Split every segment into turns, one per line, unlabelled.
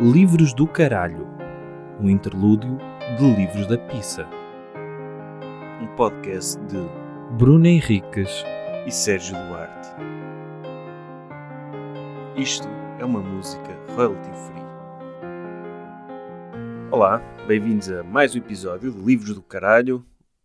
Livros do Caralho, um interlúdio de Livros da Pissa.
Um podcast de
Bruno Henriques,
e Sérgio Duarte. Isto é uma música royalty free. Olá, bem-vindos a mais um episódio de Livros do Caralho,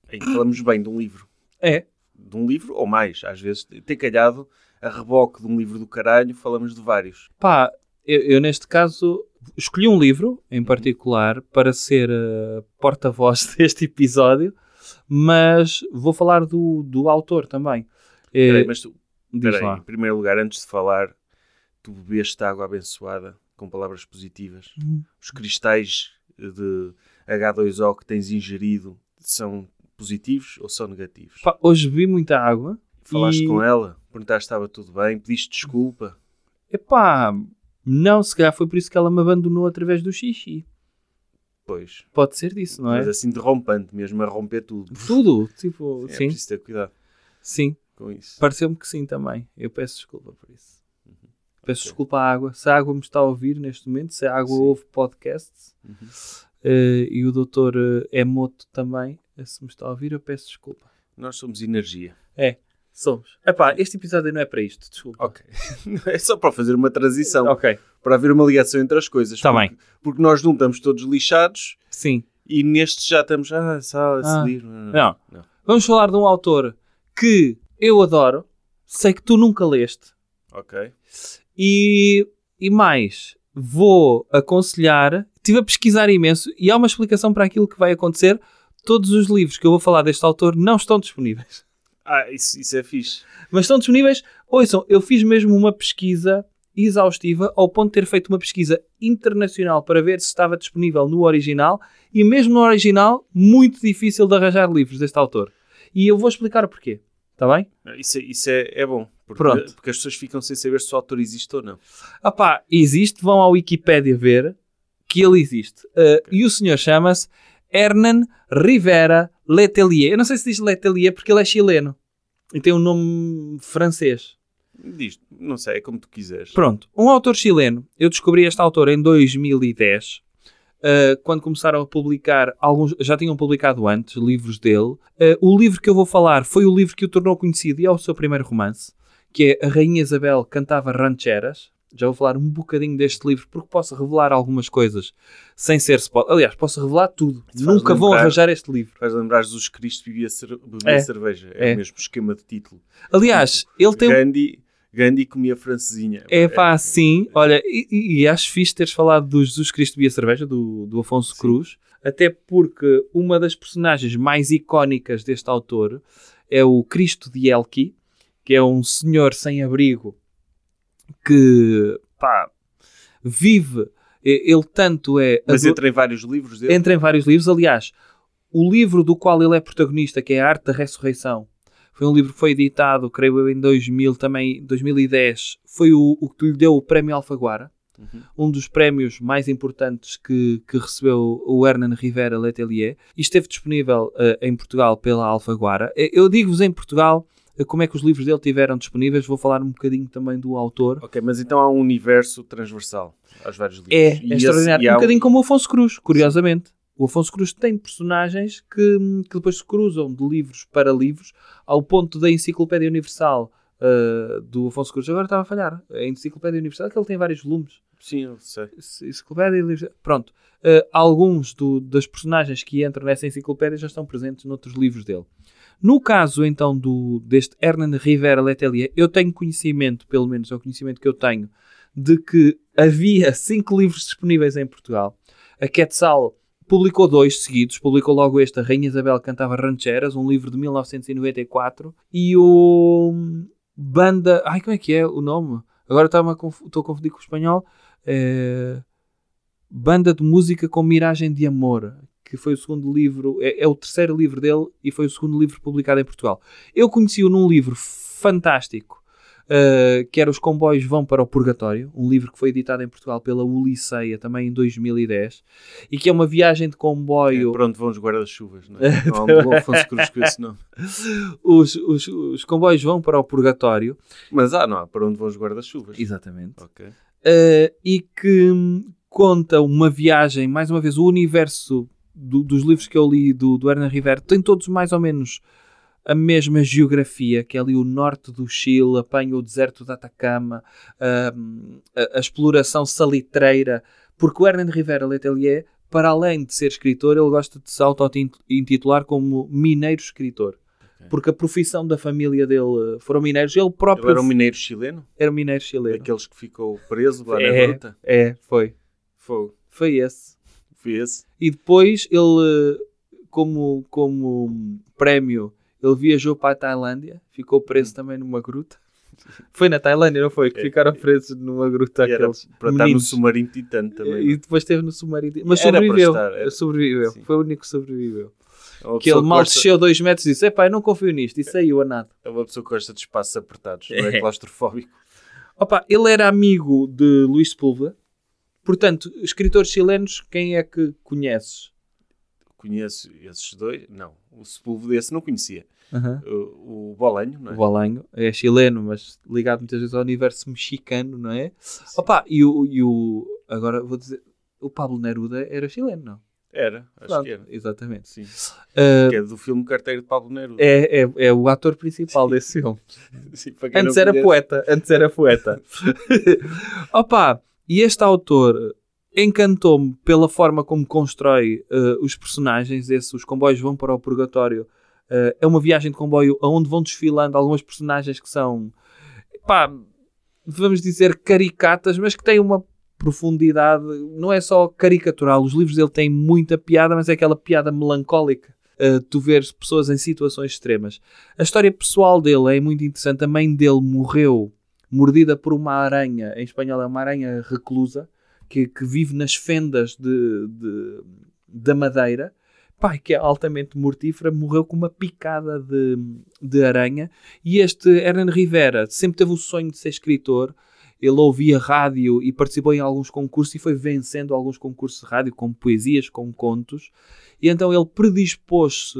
em que falamos bem de um livro.
É.
De um livro ou mais, às vezes tem calhado a reboque de um livro do caralho, falamos de vários.
pá, eu, eu neste caso escolhi um livro em
Uhum.
particular para ser eh, porta-voz deste episódio, mas vou falar do, do autor também. Eh,
Peraí, mas tu,
diz
peraí,
lá.
em primeiro lugar, antes de falar, tu bebeste água abençoada com palavras positivas.
Hum.
os cristais de H2O que tens ingerido são positivos ou são negativos?
Pá, hoje bebi muita água.
Falaste
e-
com ela, perguntaste se estava tudo bem, pediste desculpa.
Epá, não, se calhar foi por isso que ela me abandonou através do xixi.
Pois,
Pode ser disso, não é?
mas assim derrompante mesmo, a romper tudo.
Tudo, tipo,
É
sim,
preciso ter cuidado
sim.
com isso.
Pareceu-me que sim também. Eu peço desculpa por isso. Peço
Uhum. Ok.
desculpa à água. Se a água me está a ouvir neste momento, se a água
Sim.
ouve podcasts
Uhum.
eh, e o doutor eh, é moto também, eh, se me está a ouvir, eu peço desculpa.
Nós somos energia.
Somos. Epá, este episódio não é para isto, desculpa.
Ok. é só para fazer uma transição,
Ok.
para haver uma ligação entre as coisas.
Tá
porque, Porque nós não estamos todos lixados
Sim.
e neste já estamos, ah, sala,
Ah.
esse livro.
Não.
Não.
Vamos falar de um autor que eu adoro, sei que tu nunca leste,
Ok.
E, e mais, vou aconselhar. Estive a pesquisar imenso e há uma explicação para aquilo que vai acontecer. Todos os livros que eu vou falar deste autor não estão disponíveis.
Ah, isso, isso é fixe.
Mas estão disponíveis. Ouçam, eu fiz mesmo uma pesquisa exaustiva, ao ponto de ter feito uma pesquisa internacional para ver se estava disponível no original. E mesmo no original, muito difícil de arranjar livros deste autor. E eu vou explicar o porquê. Está bem?
Isso, é- isso é, é bom. Porque,
Pronto.
porque as pessoas ficam sem saber se o autor existe ou não.
Ah pá, existe, vão à Wikipédia ver que ele existe. Uh, E o senhor chama-se Hernan Rivera Letelier. Eu não sei se diz Letelier porque ele é chileno e tem um nome francês.
Diz, não sei, é como tu quiseres.
Pronto, um autor chileno. Eu descobri este autor em 2010. uh, quando começaram a publicar, alguns já tinham publicado antes livros dele. Uh, o livro que eu vou falar foi o livro que o tornou conhecido e é o seu primeiro romance, que é A Rainha Isabel Cantava Rancheras. Já vou falar um bocadinho deste livro porque posso revelar algumas coisas sem ser spoiler. Aliás, posso revelar tudo.
Faz
Nunca vão
lembrar.
arranjar este livro.
Faz lembrar Jesus Cristo bebia, cer- bebia
É.
cerveja. É,
É.
o mesmo esquema de título.
Aliás, ele tem um
Gandhi, Gandhi comia francesinha.
É pá, sim. Olha, e, e- e acho fixe teres falado do Jesus Cristo Bia Cerveja, do, do Afonso
Sim.
Cruz, até porque uma das personagens mais icónicas deste autor é o Cristo de Elqui, que é um senhor sem abrigo que, pá, vive. e- Ele tanto é.
Mas
ado-
entra em vários livros dele.
entra em vários livros. Aliás, o livro do qual ele é protagonista, que é A Arte da Ressurreição, foi um livro que foi editado, creio eu, em 2000, também 2010. Foi o, o que lhe deu o Prémio Alfaguara,
Uhum.
um dos prémios mais importantes que, que recebeu o Hernan Rivera Letelier. E esteve disponível eh, em Portugal pela Alfaguara. Eh, Eu digo-vos em Portugal eh, como é que os livros dele tiveram disponíveis. Vou falar um bocadinho também do autor.
Ok, mas então há um universo transversal aos vários livros.
É, é
E esse-
extraordinário.
e há
um bocadinho como o Afonso Cruz, curiosamente. O Afonso Cruz tem personagens que, que depois se cruzam de livros para livros, ao ponto da Enciclopédia Universal ah, do Afonso Cruz. Agora estava a falhar. A Enciclopédia Universal, é que ele tem vários volumes.
Sim, eu sei.
Enciclopédia Universal. Pronto. Ah, alguns do- das personagens que entram nessa enciclopédia já estão presentes noutros livros dele. No caso, então, do, deste Hernan Rivera Letelier, eu tenho conhecimento, pelo menos é o conhecimento que eu tenho, de que havia cinco livros disponíveis em Portugal. A Quetzal publicou dois seguidos, publicou logo este, A Rainha Isabel Cantava Rancheras, um livro de 1994, e o Banda... Ai, como é que é o nome? Agora está-me a conf- estou a confundir com o espanhol. É, Banda de Música com Miragem de Amor, que foi o segundo livro, é, é o terceiro livro dele e foi o segundo livro publicado em Portugal. Eu conheci-o num livro fantástico, uh, que era Os Comboios Vão para o Purgatório, um livro que foi editado em Portugal pela Uliceia, também em 2010, e que é uma viagem de comboio
É, para onde vão os guarda-chuvas, não é? Não há
Então
um Afonso Cruz com esse nome.
os, os- os comboios vão para o purgatório.
ah,
Ah,
Mas há, não há. Para onde vão os guarda-chuvas.
Exatamente.
Ok.
e Eh, que hum, conta uma viagem, mais uma vez, o universo do- dos livros que eu li do, do Hernan Rivera tem todos mais ou menos a mesma geografia, que é ali o norte do Chile, apanha o deserto de Atacama, hum, a, a exploração salitreira, porque o Hernan Rivera Letelier, para além de ser escritor, ele gosta de se auto-intitular como mineiro escritor.
Ok.
Porque a profissão da família dele eh, foram mineiros, ele próprio
Ele era um mineiro chileno?
era um mineiro chileno.
Aqueles que ficou preso lá
É.
na gruta?
É, foi.
Fogo.
Foi esse.
Foi esse?
E depois ele, como, como prémio, ele viajou para a Tailândia, ficou preso também numa gruta. Foi na Tailândia, não foi? Que
Hum. É.
ficaram presos numa gruta
E era
aqueles.
para estar no
meninos.
submarino titano também. é?
E depois esteve no submarino. Mas
Era para
sobreviveu.
estar, era.
sobreviveu.
Sim.
Foi o único que sobreviveu.
não é? Uma
Que ele
pessoa
mal
gosta-
desceu dois metros e disse: Epá, eu não confio nisto. E saiu a nada.
É uma pessoa que gosta de espaços apertados, não é
É.
claustrofóbico.
Opa, ele era amigo de Luís Sepúlveda. Portanto, escritores chilenos, quem é que conheces?
Conheço esses dois? Não. O Sepúlveda esse não conhecia. O, o Bolanho, não é?
O Bolanho é chileno, mas ligado muitas vezes ao universo mexicano, não é? Opa, e o, e o. Agora vou dizer. O Pablo Neruda era chileno, não?
Era, acho
Pronto,
que era.
Exatamente.
Sim.
Ah,
Que é do filme Carteiro de Pablo Neruda.
é, é, é o ator principal desse filme.
Sim, para quem
é, Antes
não
era
conhece,
poeta. Antes era poeta. Opa, e este autor encantou-me pela forma como constrói eh, os personagens. Esse, os comboios vão para o purgatório. Eh, é uma viagem de comboio onde vão desfilando algumas personagens que são, pá, vamos dizer caricatas, mas que têm uma profundidade. Não é só caricatural. Os livros dele têm muita piada, mas é aquela piada melancólica. eh, tu vês pessoas em situações extremas. A história pessoal dele é muito interessante. A mãe dele morreu mordida por uma aranha. Em espanhol é uma aranha reclusa que, que vive nas fendas de, de- da madeira. Pai, que é altamente mortífera, morreu com uma picada de, de aranha. E este Hernan Rivera sempre teve o sonho de ser escritor. Ele ouvia rádio e participou em alguns concursos e foi vencendo alguns concursos de rádio, com poesias, com contos. E então ele predispôs-se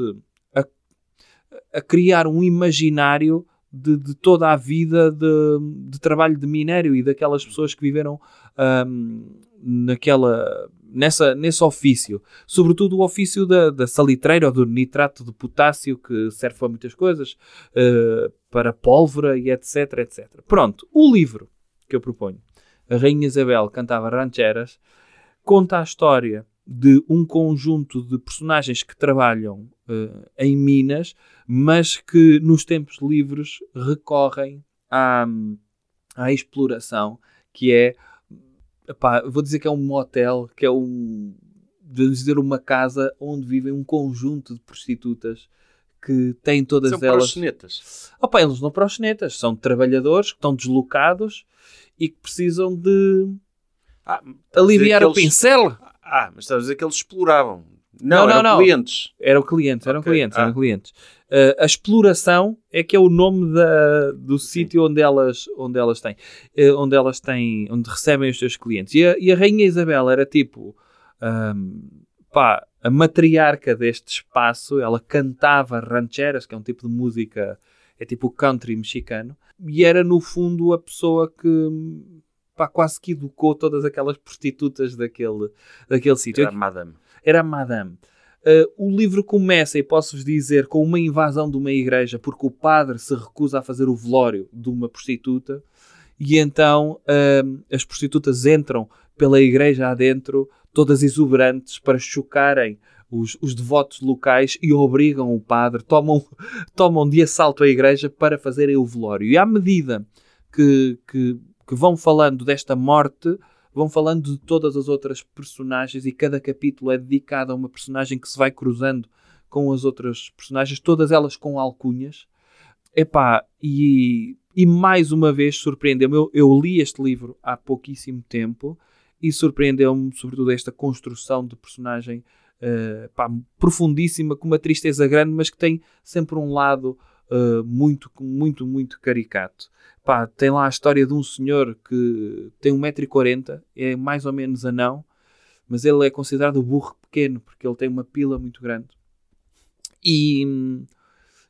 a criar um imaginário de, de toda a vida de, de trabalho de minério e daquelas pessoas que viveram ahm, naquela, nessa, nesse ofício. Sobretudo o ofício da, da salitreira ou do nitrato de potássio que serve para muitas coisas, eh, para pólvora e etc, etc. Pronto, o livro que eu proponho, A Rainha Isabel Cantava Rancheras, conta a história de um conjunto de personagens que trabalham eh, em Minas mas que nos tempos livres recorrem à, à exploração, que é, epá, vou dizer que é um motel, que é um, vamos dizer, uma casa onde vivem um conjunto de prostitutas que têm todas
São
elas...
proxenetas.
Opa, eles não proxenetas, são trabalhadores que estão deslocados e que precisam de
Ah,
aliviar
dizer
o
que eles-
pincel.
Ah, mas estás a dizer que eles exploravam.
Não,
Não,
não,
eram
não.
clientes.
Eram clientes, eram
Ok,
clientes,
ah.
eram clientes. Uh, a exploração é que é o nome da, do sítio onde elas, onde elas têm, eh, onde elas têm, onde recebem os seus clientes. E a, e a Rainha Isabel era tipo, ahm, pá, a matriarca deste espaço, ela cantava rancheras, que é um tipo de música, é tipo country mexicano, e era no fundo a pessoa que, pá, quase que educou todas aquelas prostitutas daquele, daquele sítio
Era a madame.
era a Madame. Uh, o livro começa, e posso-vos dizer, com uma invasão de uma igreja, porque o padre se recusa a fazer o velório de uma prostituta, e então um, as prostitutas entram pela igreja adentro, todas exuberantes, para chocarem os, os devotos locais e obrigam o padre, tomam, tomam de assalto a igreja para fazerem o velório. E à medida que, que, que vão falando desta morte, vão falando de todas as outras personagens e cada capítulo é dedicado a uma personagem que se vai cruzando com as outras personagens, todas elas com alcunhas. Epá, e, e mais uma vez surpreendeu-me. Eu, eu li este livro há pouquíssimo tempo e surpreendeu-me, sobretudo, esta construção de personagem eh, pá, profundíssima, com uma tristeza grande, mas que tem sempre um lado eh, muito, muito, muito caricato pá, tem lá a história de um senhor que tem 1,40m, é mais ou menos anão, mas ele é considerado o burro pequeno, porque ele tem uma pila muito grande. E, hum,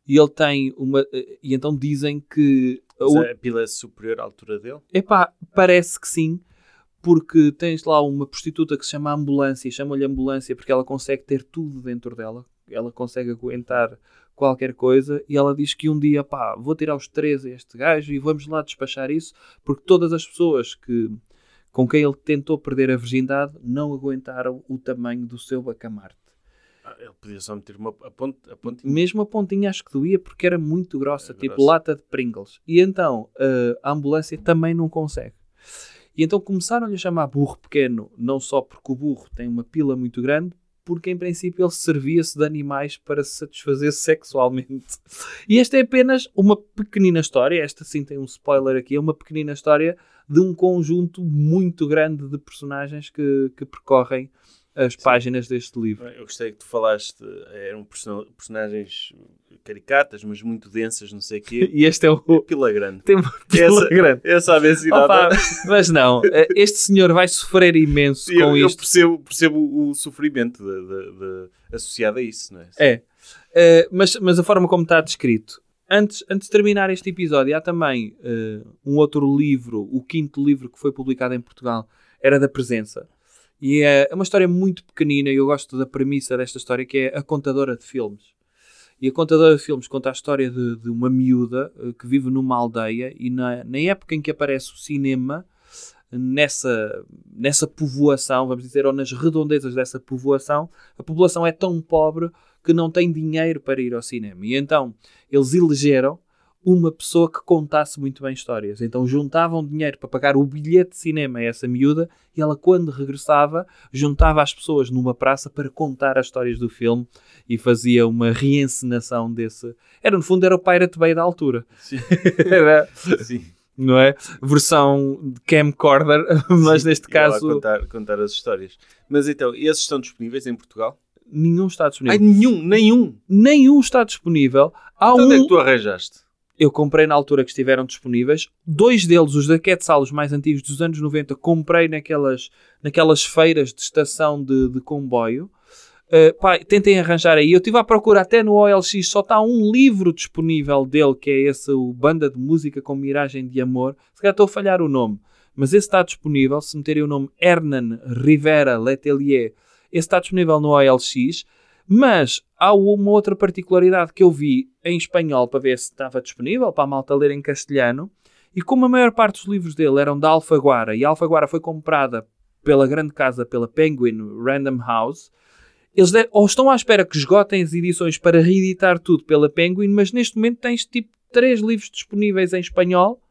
e ele tem uma. E então dizem que. a
Mas
outra-
a pila é superior à altura dele?
Epá, parece que sim, porque tens lá uma prostituta que se chama ambulância, chama-lhe ambulância porque ela consegue ter tudo dentro dela, ela consegue aguentar qualquer coisa e ela diz que um dia, pá, vou tirar os 13 a este gajo e vamos lá despachar isso, porque todas as pessoas que com quem ele tentou perder a virgindade não aguentaram o tamanho do seu bacamarte.
Ah, Ele podia só meter uma a ponte, a pontinha.
Mesmo a pontinha acho que doía porque era muito grossa,
É
tipo
grossa.
lata de Pringles. E então eh, a ambulância também não consegue. E então começaram-lhe a chamar burro pequeno, não só porque o burro tem uma pila muito grande, porque em princípio ele servia-se de animais para se satisfazer sexualmente. E esta é apenas uma pequenina história, esta sim tem um spoiler aqui, é uma pequenina história de um conjunto muito grande de personagens que, que percorrem as páginas deste livro.
é? Eu gostei que tu falaste, eram persona- personagens caricatas, mas muito densas, não sei o quê.
E este é o,
Pila grande.
Tem uma pila
Essa-
grande.
Essa a densidade. é-
Opa, mas não, eh, este senhor vai sofrer imenso
eu,
com
eu
isto.
percebo, percebo o sofrimento de- de- de- associado a isso, não é?
É. Eh, mas, mas a forma como está descrito. Antes, antes de terminar este episódio, há também eh, um outro livro, o quinto livro que foi publicado em Portugal, era da Presença. E é é uma história muito pequenina e eu gosto da premissa desta história, que é a contadora de filmes. E a contadora de filmes conta a história de, de uma miúda eh, que vive numa aldeia e na, na época em que aparece o cinema, nessa, nessa povoação, vamos dizer, ou nas redondezas dessa povoação, a população é tão pobre que não tem dinheiro para ir ao cinema. E então eles elegeram uma pessoa que contasse muito bem histórias. Então juntavam dinheiro para pagar o bilhete de cinema a essa miúda e ela, quando regressava, juntava as pessoas numa praça para contar as histórias do filme e fazia uma reencenação desse. Era, no fundo, era o Pirate Bay da altura.
Sim,
Era,
sim.
não é? Versão de camcorder, mas
Sim,
neste
ia lá
caso
Contar, contar as histórias. Mas então, esses estão disponíveis em Portugal?
nenhum está
Ai,
disponível.
nenhum, nenhum.
Nenhum está disponível. Há
Então,
um...
Onde é que tu arranjaste?
Eu comprei na altura que estiveram disponíveis. Dois deles, os da Quetzal, os mais antigos dos anos 90, comprei naquelas, naquelas feiras de estação de, de comboio. Uh, pá, tentem arranjar aí. Eu estive à procura até no OLX, só está um livro disponível dele, que é esse, o Banda de Música com Miragem de Amor. Se calhar estou a falhar o nome, mas esse está disponível. Se meterem o nome Hernan Rivera Letelier, esse está disponível no OLX. Mas há uma outra particularidade que eu vi em espanhol para ver se estava disponível para a malta ler em castelhano. E como a maior parte dos livros dele eram da Alfaguara, e a Alfaguara foi comprada pela grande casa, pela Penguin Random House, eles de- ou estão à espera que esgotem as edições para reeditar tudo pela Penguin, mas neste momento tens tipo três livros disponíveis em espanhol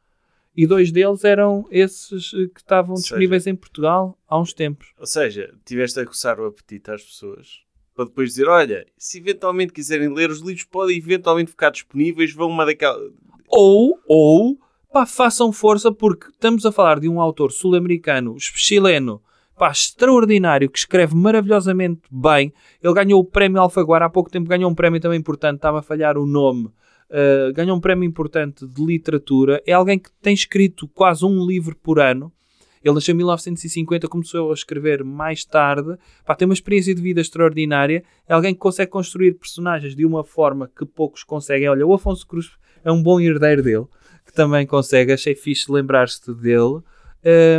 e dois deles eram esses eh, que estavam
Ou seja,
disponíveis em Portugal há uns tempos.
Ou seja, tiveste a coçar o apetite às pessoas para depois dizer: olha, se eventualmente quiserem ler, os livros podem eventualmente ficar disponíveis. Vão uma daquelas.
ou, ou, pá, façam força porque estamos a falar de um autor sul-americano, chileno, pá, extraordinário, que escreve maravilhosamente bem. Ele ganhou o prémio Alfaguara há pouco tempo, ganhou um prémio também importante, estava a falhar o nome. Uh, ganhou um prémio importante de literatura. É alguém que tem escrito quase um livro por ano. Ele nasceu em 1950, começou a escrever mais tarde. Pá, tem uma experiência de vida extraordinária. É alguém que consegue construir personagens de uma forma que poucos conseguem. Olha, o Afonso Cruz é um bom herdeiro dele, que também consegue. Achei fixe lembrar-se dele.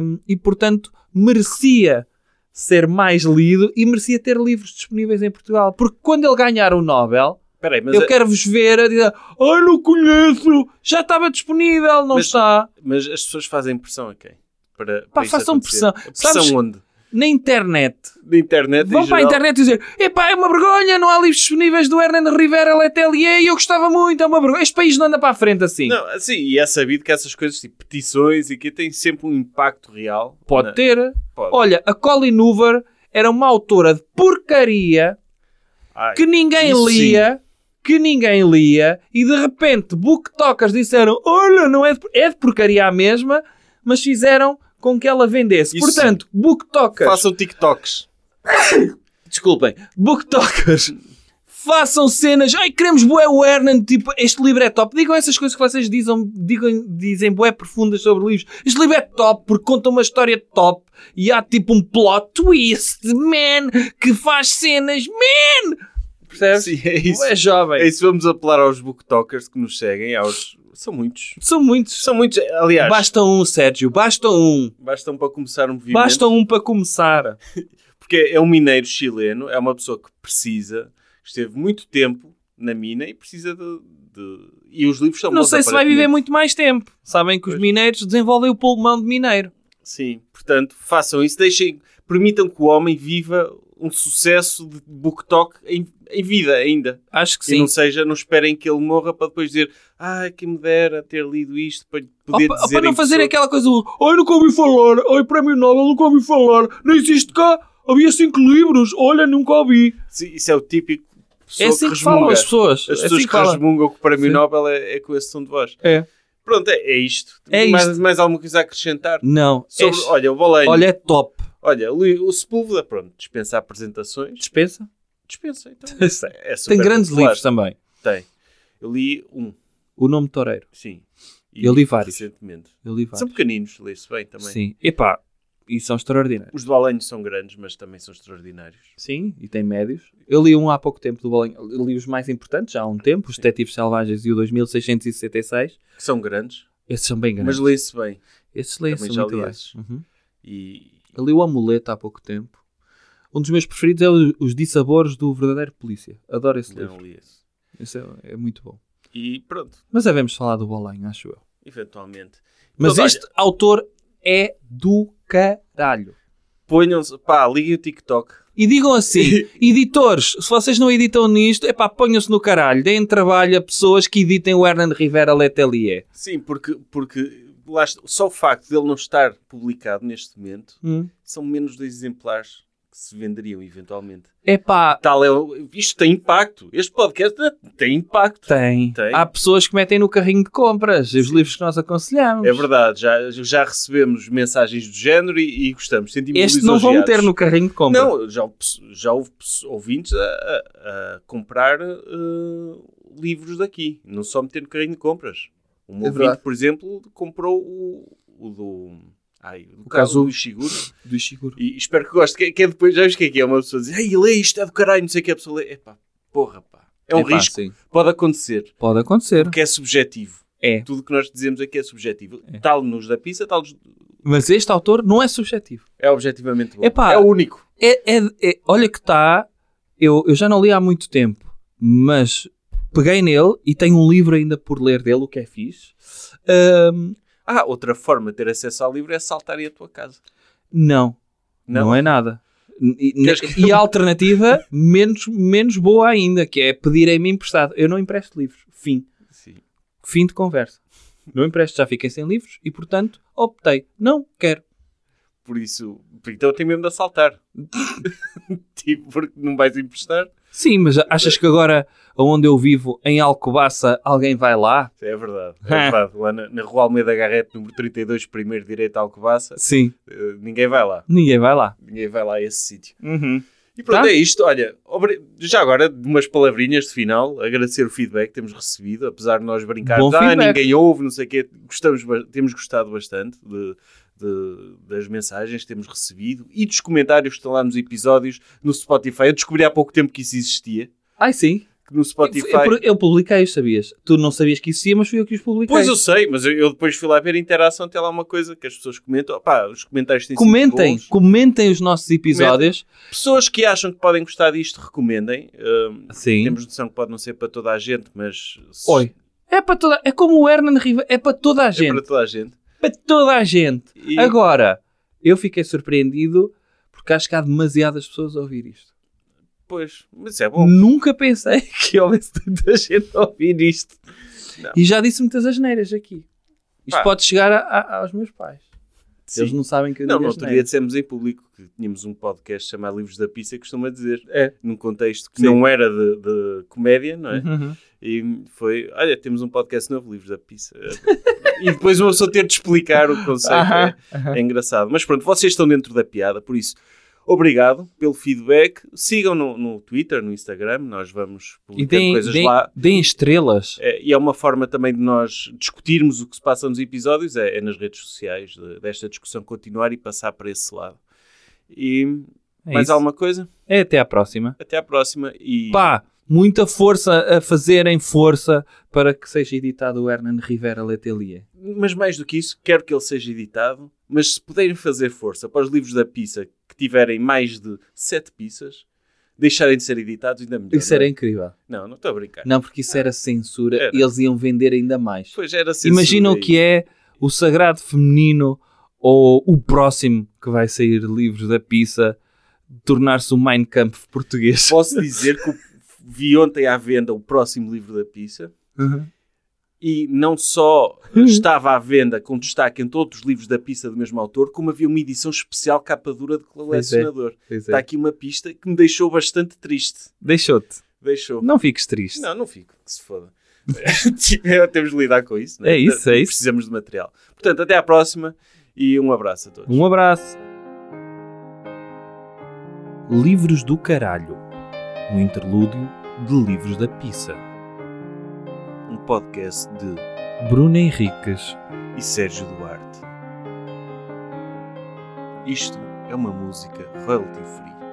Hum, e, portanto, merecia ser mais lido e merecia ter livros disponíveis em Portugal. Porque quando ele ganhar o Nobel,
Peraí, mas, é-
eu
a-
quero-vos ver a dizer Ai, não conheço! Já estava disponível, não
Mas-
está?
mas as pessoas fazem pressão a quem? Para,
Pá,
para isto
façam
acontecer.
pressão.
Pressão
Sabes-
onde?
Na internet.
Na internet. em
Vão para a
geral?
internet e dizer Epá, é uma vergonha, não há livros disponíveis do Hernando Rivera Letelier e eu gostava muito, é uma vergonha. Este país não anda para a frente assim.
Não, assim, e é sabido que essas coisas, tipo, petições e que têm sempre um impacto real.
Pode
Na-
ter.
Pode.
Olha, a Colin Hoover era uma autora de porcaria
Ai,
que ninguém
isso
lia, que ninguém lia, e de repente booktokers disseram: Olha, não é de, é de porcaria a mesma, mas fizeram com que ela vendesse.
Isso
Portanto, booktokers,
Façam TikToks.
desculpem, booktokers. Façam cenas, ai queremos bué o Hernan, tipo, este livro é top. Digam essas coisas que vocês dizem, digam, dizem bué profundas sobre livros. Este livro é top porque conta uma história top e há tipo um plot twist, man, que faz cenas, man! Percebes?
Sim, é isso.
É jovem.
É isso, vamos apelar aos booktokers que nos seguem, aos São muitos.
São muitos.
São muitos. Aliás,
Basta um, Sérgio, basta um.
bastam para começar um movimento.
Basta um para começar.
Porque é um mineiro chileno, é uma pessoa que precisa, que esteve muito tempo na mina e precisa de. de- E os livros são
Não
bons,
sei se vai viver
aparentemente.
muito mais tempo. Sabem que os
Pois.
mineiros desenvolvem o pulmão de mineiro.
Sim, portanto, façam isso, deixem, permitam que o homem viva um sucesso de book talk em, em vida ainda.
Acho que
E
sim.
não seja, não esperem que ele morra para depois dizer, ah, que me dera ter lido isto para lhe
Ou
poder
pa- ou
dizer.
para não
em
fazer
pessoa."
aquela coisa, oi, nunca ouvi falar, oi, prémio Nobel, nunca ouvi falar, não existe cá, havia cinco livros, olha, nunca ouvi.
Sim, Isso é o típico pessoa
É assim
que
que, falam
resmunga.
as pessoas.
As
é
pessoas
assim que
que
falam.
resmungam que o prémio
Sim.
Nobel é, é com esse tom de voz.
É.
Pronto, é, é isto.
É
mais, mais alguma coisa a acrescentar?
Não,
Sobre,
és-
Olha, o Boleiro.
olha,
Olha,
é top.
Lu- o Sepúlveda, pronto, dispensa apresentações.
Dispensa?
Dispensa, então. É
Tem
super
grandes
popular.
livros também.
Tem. Eu li um,
O nome Toureiro.
sim.
Eu li vários.
Recentemente.
Eu li
São
vários.
pequeninos, lê-se bem também.
Sim. Epá, e são extraordinários.
Os do Alenho são grandes, mas também são extraordinários.
Sim, e tem médios. Eu li um há pouco tempo do Bolinho. Eu Li os mais importantes já há um tempo, os Detetives Selvagens e o 2666.
Que são grandes,
Esses são bem
mas
grandes.
lê-se bem.
esses leem
também
são
já
muito
li
bem.
esses.
Uhum.
E
Eu li o Amuleto há pouco tempo. Um dos meus preferidos é o- Os Dissabores do Verdadeiro Polícia. Adoro esse
não
livro.
li esse.
Esse é, é muito bom.
E pronto,
Mas devemos falar do Bolenho, acho eu.
eventualmente.
Mas
Mas olha-
este autor é do caralho.
Ponham-se, pá, liguem o TikTok.
E digam assim, editores, se vocês não editam nisto, epá, ponham-se no caralho. Deem trabalho a pessoas que editem o Hernan Rivera Letelier.
Sim, porque, porque lá está- só o facto dele não estar publicado neste momento
Hum?
são menos dois exemplares que se venderiam eventualmente.
Epá,
Tal é, o- isto tem impacto. Este podcast tem impacto.
tem.
Tem.
Há pessoas que metem no carrinho de compras os livros que nós aconselhamos.
É verdade, já, já recebemos mensagens do género e, e gostamos. Sentimos
Este não vão
lisonjeados.
meter no carrinho de compras.
Não, já, houve pesso- já houve pesso- ouvintes a, a- a comprar eh, livros daqui, não só meter no carrinho de compras. Um
É
ouvinte,
verdade.
por exemplo, comprou o, o do. Ai, do
O
caso
Kazuo.
do Ishiguro.
Do Ishiguro.
E espero que goste, que, que é depois, já viste o que é que é? Uma pessoa dizer, ei, lê isto, é do caralho, não sei o que a pessoa lê. Epá, porra, pá. É um
Epá,
risco,
sim.
pode acontecer,
Pode acontecer.
porque é subjetivo.
É.
Tudo o que nós dizemos aqui é subjetivo. Tal-nos da pizza, tal-nos.
Mas este autor não é subjetivo.
É objetivamente bom.
Epá.
é o único.
É, é- é- olha que está. Eu, eu já não li há muito tempo, mas peguei nele e tenho um livro ainda por ler dele, o que é fixe. Ahm,
Ah, outra forma de ter acesso ao livro é saltar aí a tua casa.
não, não,
Não,
é nada. E,
Queres que
e a alternativa menos, menos boa ainda, que é pedirem-me emprestado. Eu não empresto livros. Fim.
Sim.
Fim de conversa. Não empresto, já fiquei sem livros e, portanto, optei. Não quero.
Por isso, então tem mesmo de assaltar. tipo, porque não vais emprestar.
Sim, mas achas que agora, onde eu vivo, em Alcobaça, alguém vai lá?
É verdade, é verdade. Lá na, na Rua Almeida Garrete, número 32, primeiro direito a Alcobaça,
Sim.
eh, ninguém vai lá.
Ninguém vai lá.
Ninguém vai lá a esse sítio.
Uhum.
E pronto,
Tá?
é isto. Olha, obri- já agora, de umas palavrinhas de final, agradecer o feedback que temos recebido, apesar de nós brincarmos,
Bom
ah,
feedback."
ninguém ouve, não sei o quê, gostamos, ba- temos gostado bastante de- de- das mensagens que temos recebido e dos comentários que estão lá nos episódios no Spotify. Eu descobri há pouco tempo que isso existia,
Ai, sim.
que no Spotify...
Eu, eu- eu publiquei, sabias? Tu não sabias que isso ia, mas fui eu que os publiquei.
Pois eu sei, mas eu, eu depois fui lá ver a interação, tem lá uma coisa que as pessoas comentam, pá, os comentários têm sido
Comentem,
bons.
comentem os nossos episódios.
Pessoas que acham que podem gostar disto, recomendem. Hum,
Sim.
Temos noção que pode não ser para toda a gente, mas... se-
Oi. É para toda, é como o Hernan Riva, é para toda a
É
gente,
para toda a gente.
para toda a gente.
E-
Agora, eu fiquei surpreendido porque acho que há demasiadas pessoas a ouvir isto.
Pois, mas é bom.
Nunca pensei que houvesse tanta gente a ouvir isto.
Não.
E já disse muitas asneiras aqui. Isto
Pá.
pode chegar a- a- aos meus pais.
Sim.
Eles não sabem que eu
Não,
digo
no outro dia
asneiras.
dissemos em público que tínhamos um podcast chamado Livros da Pizza, costuma dizer,
É.
num contexto que
Sim.
não era de, de comédia, não é?
Uhum.
E foi, olha, temos um podcast novo, Livros da Pizza. e depois uma pessoa ter de explicar o conceito.
Aham,
é- é, engraçado. Mas pronto, vocês estão dentro da piada, por isso, obrigado pelo feedback. Sigam no, no Twitter, no Instagram, nós vamos
E
publicar
deem,
coisas
deem-
lá.
deem estrelas.
É, e é uma forma também de nós discutirmos o que se passa nos episódios, é, é nas redes sociais, de- desta discussão continuar e passar para esse lado. E
É
mais
isso.
alguma coisa?
É até à próxima.
Até à próxima e
Pá, muita força a fazerem força para que seja editado o Hernan Rivera Letelier.
Mas mais do que isso, quero que ele seja editado, mas se puderem fazer força para os livros da pizza que tiverem mais de 7 pizzas, deixarem de ser editados ainda melhor.
Isso era
não é?
incrível.
Não, não estou a brincar.
Não, porque isso era censura
Era.
e eles iam vender ainda mais.
Pois era assim, censura
Imagina o
aí.
que é o Sagrado Feminino ou o próximo que vai sair livros da pizza tornar-se o Mein Kampf português.
Posso dizer que o- vi ontem à venda o próximo livro da pizza
Uhum.
e não só estava à venda com destaque entre outros livros da pizza do mesmo autor, como havia uma edição especial capa dura de colecionador.
Pois é.
Está aqui uma pista que me deixou bastante triste.
Deixou-te.
Deixou.
Não fiques triste.
Não, não fico, que se foda. É, Temos de lidar com isso, não
É isso, é isso.
Precisamos de material. Portanto, até à próxima e um abraço a todos.
Um abraço. Livros do Caralho. Um interlúdio de livros da pizza.
Um podcast de
Bruna Henriques.
e Sérgio Duarte. Isto é uma música royalty free.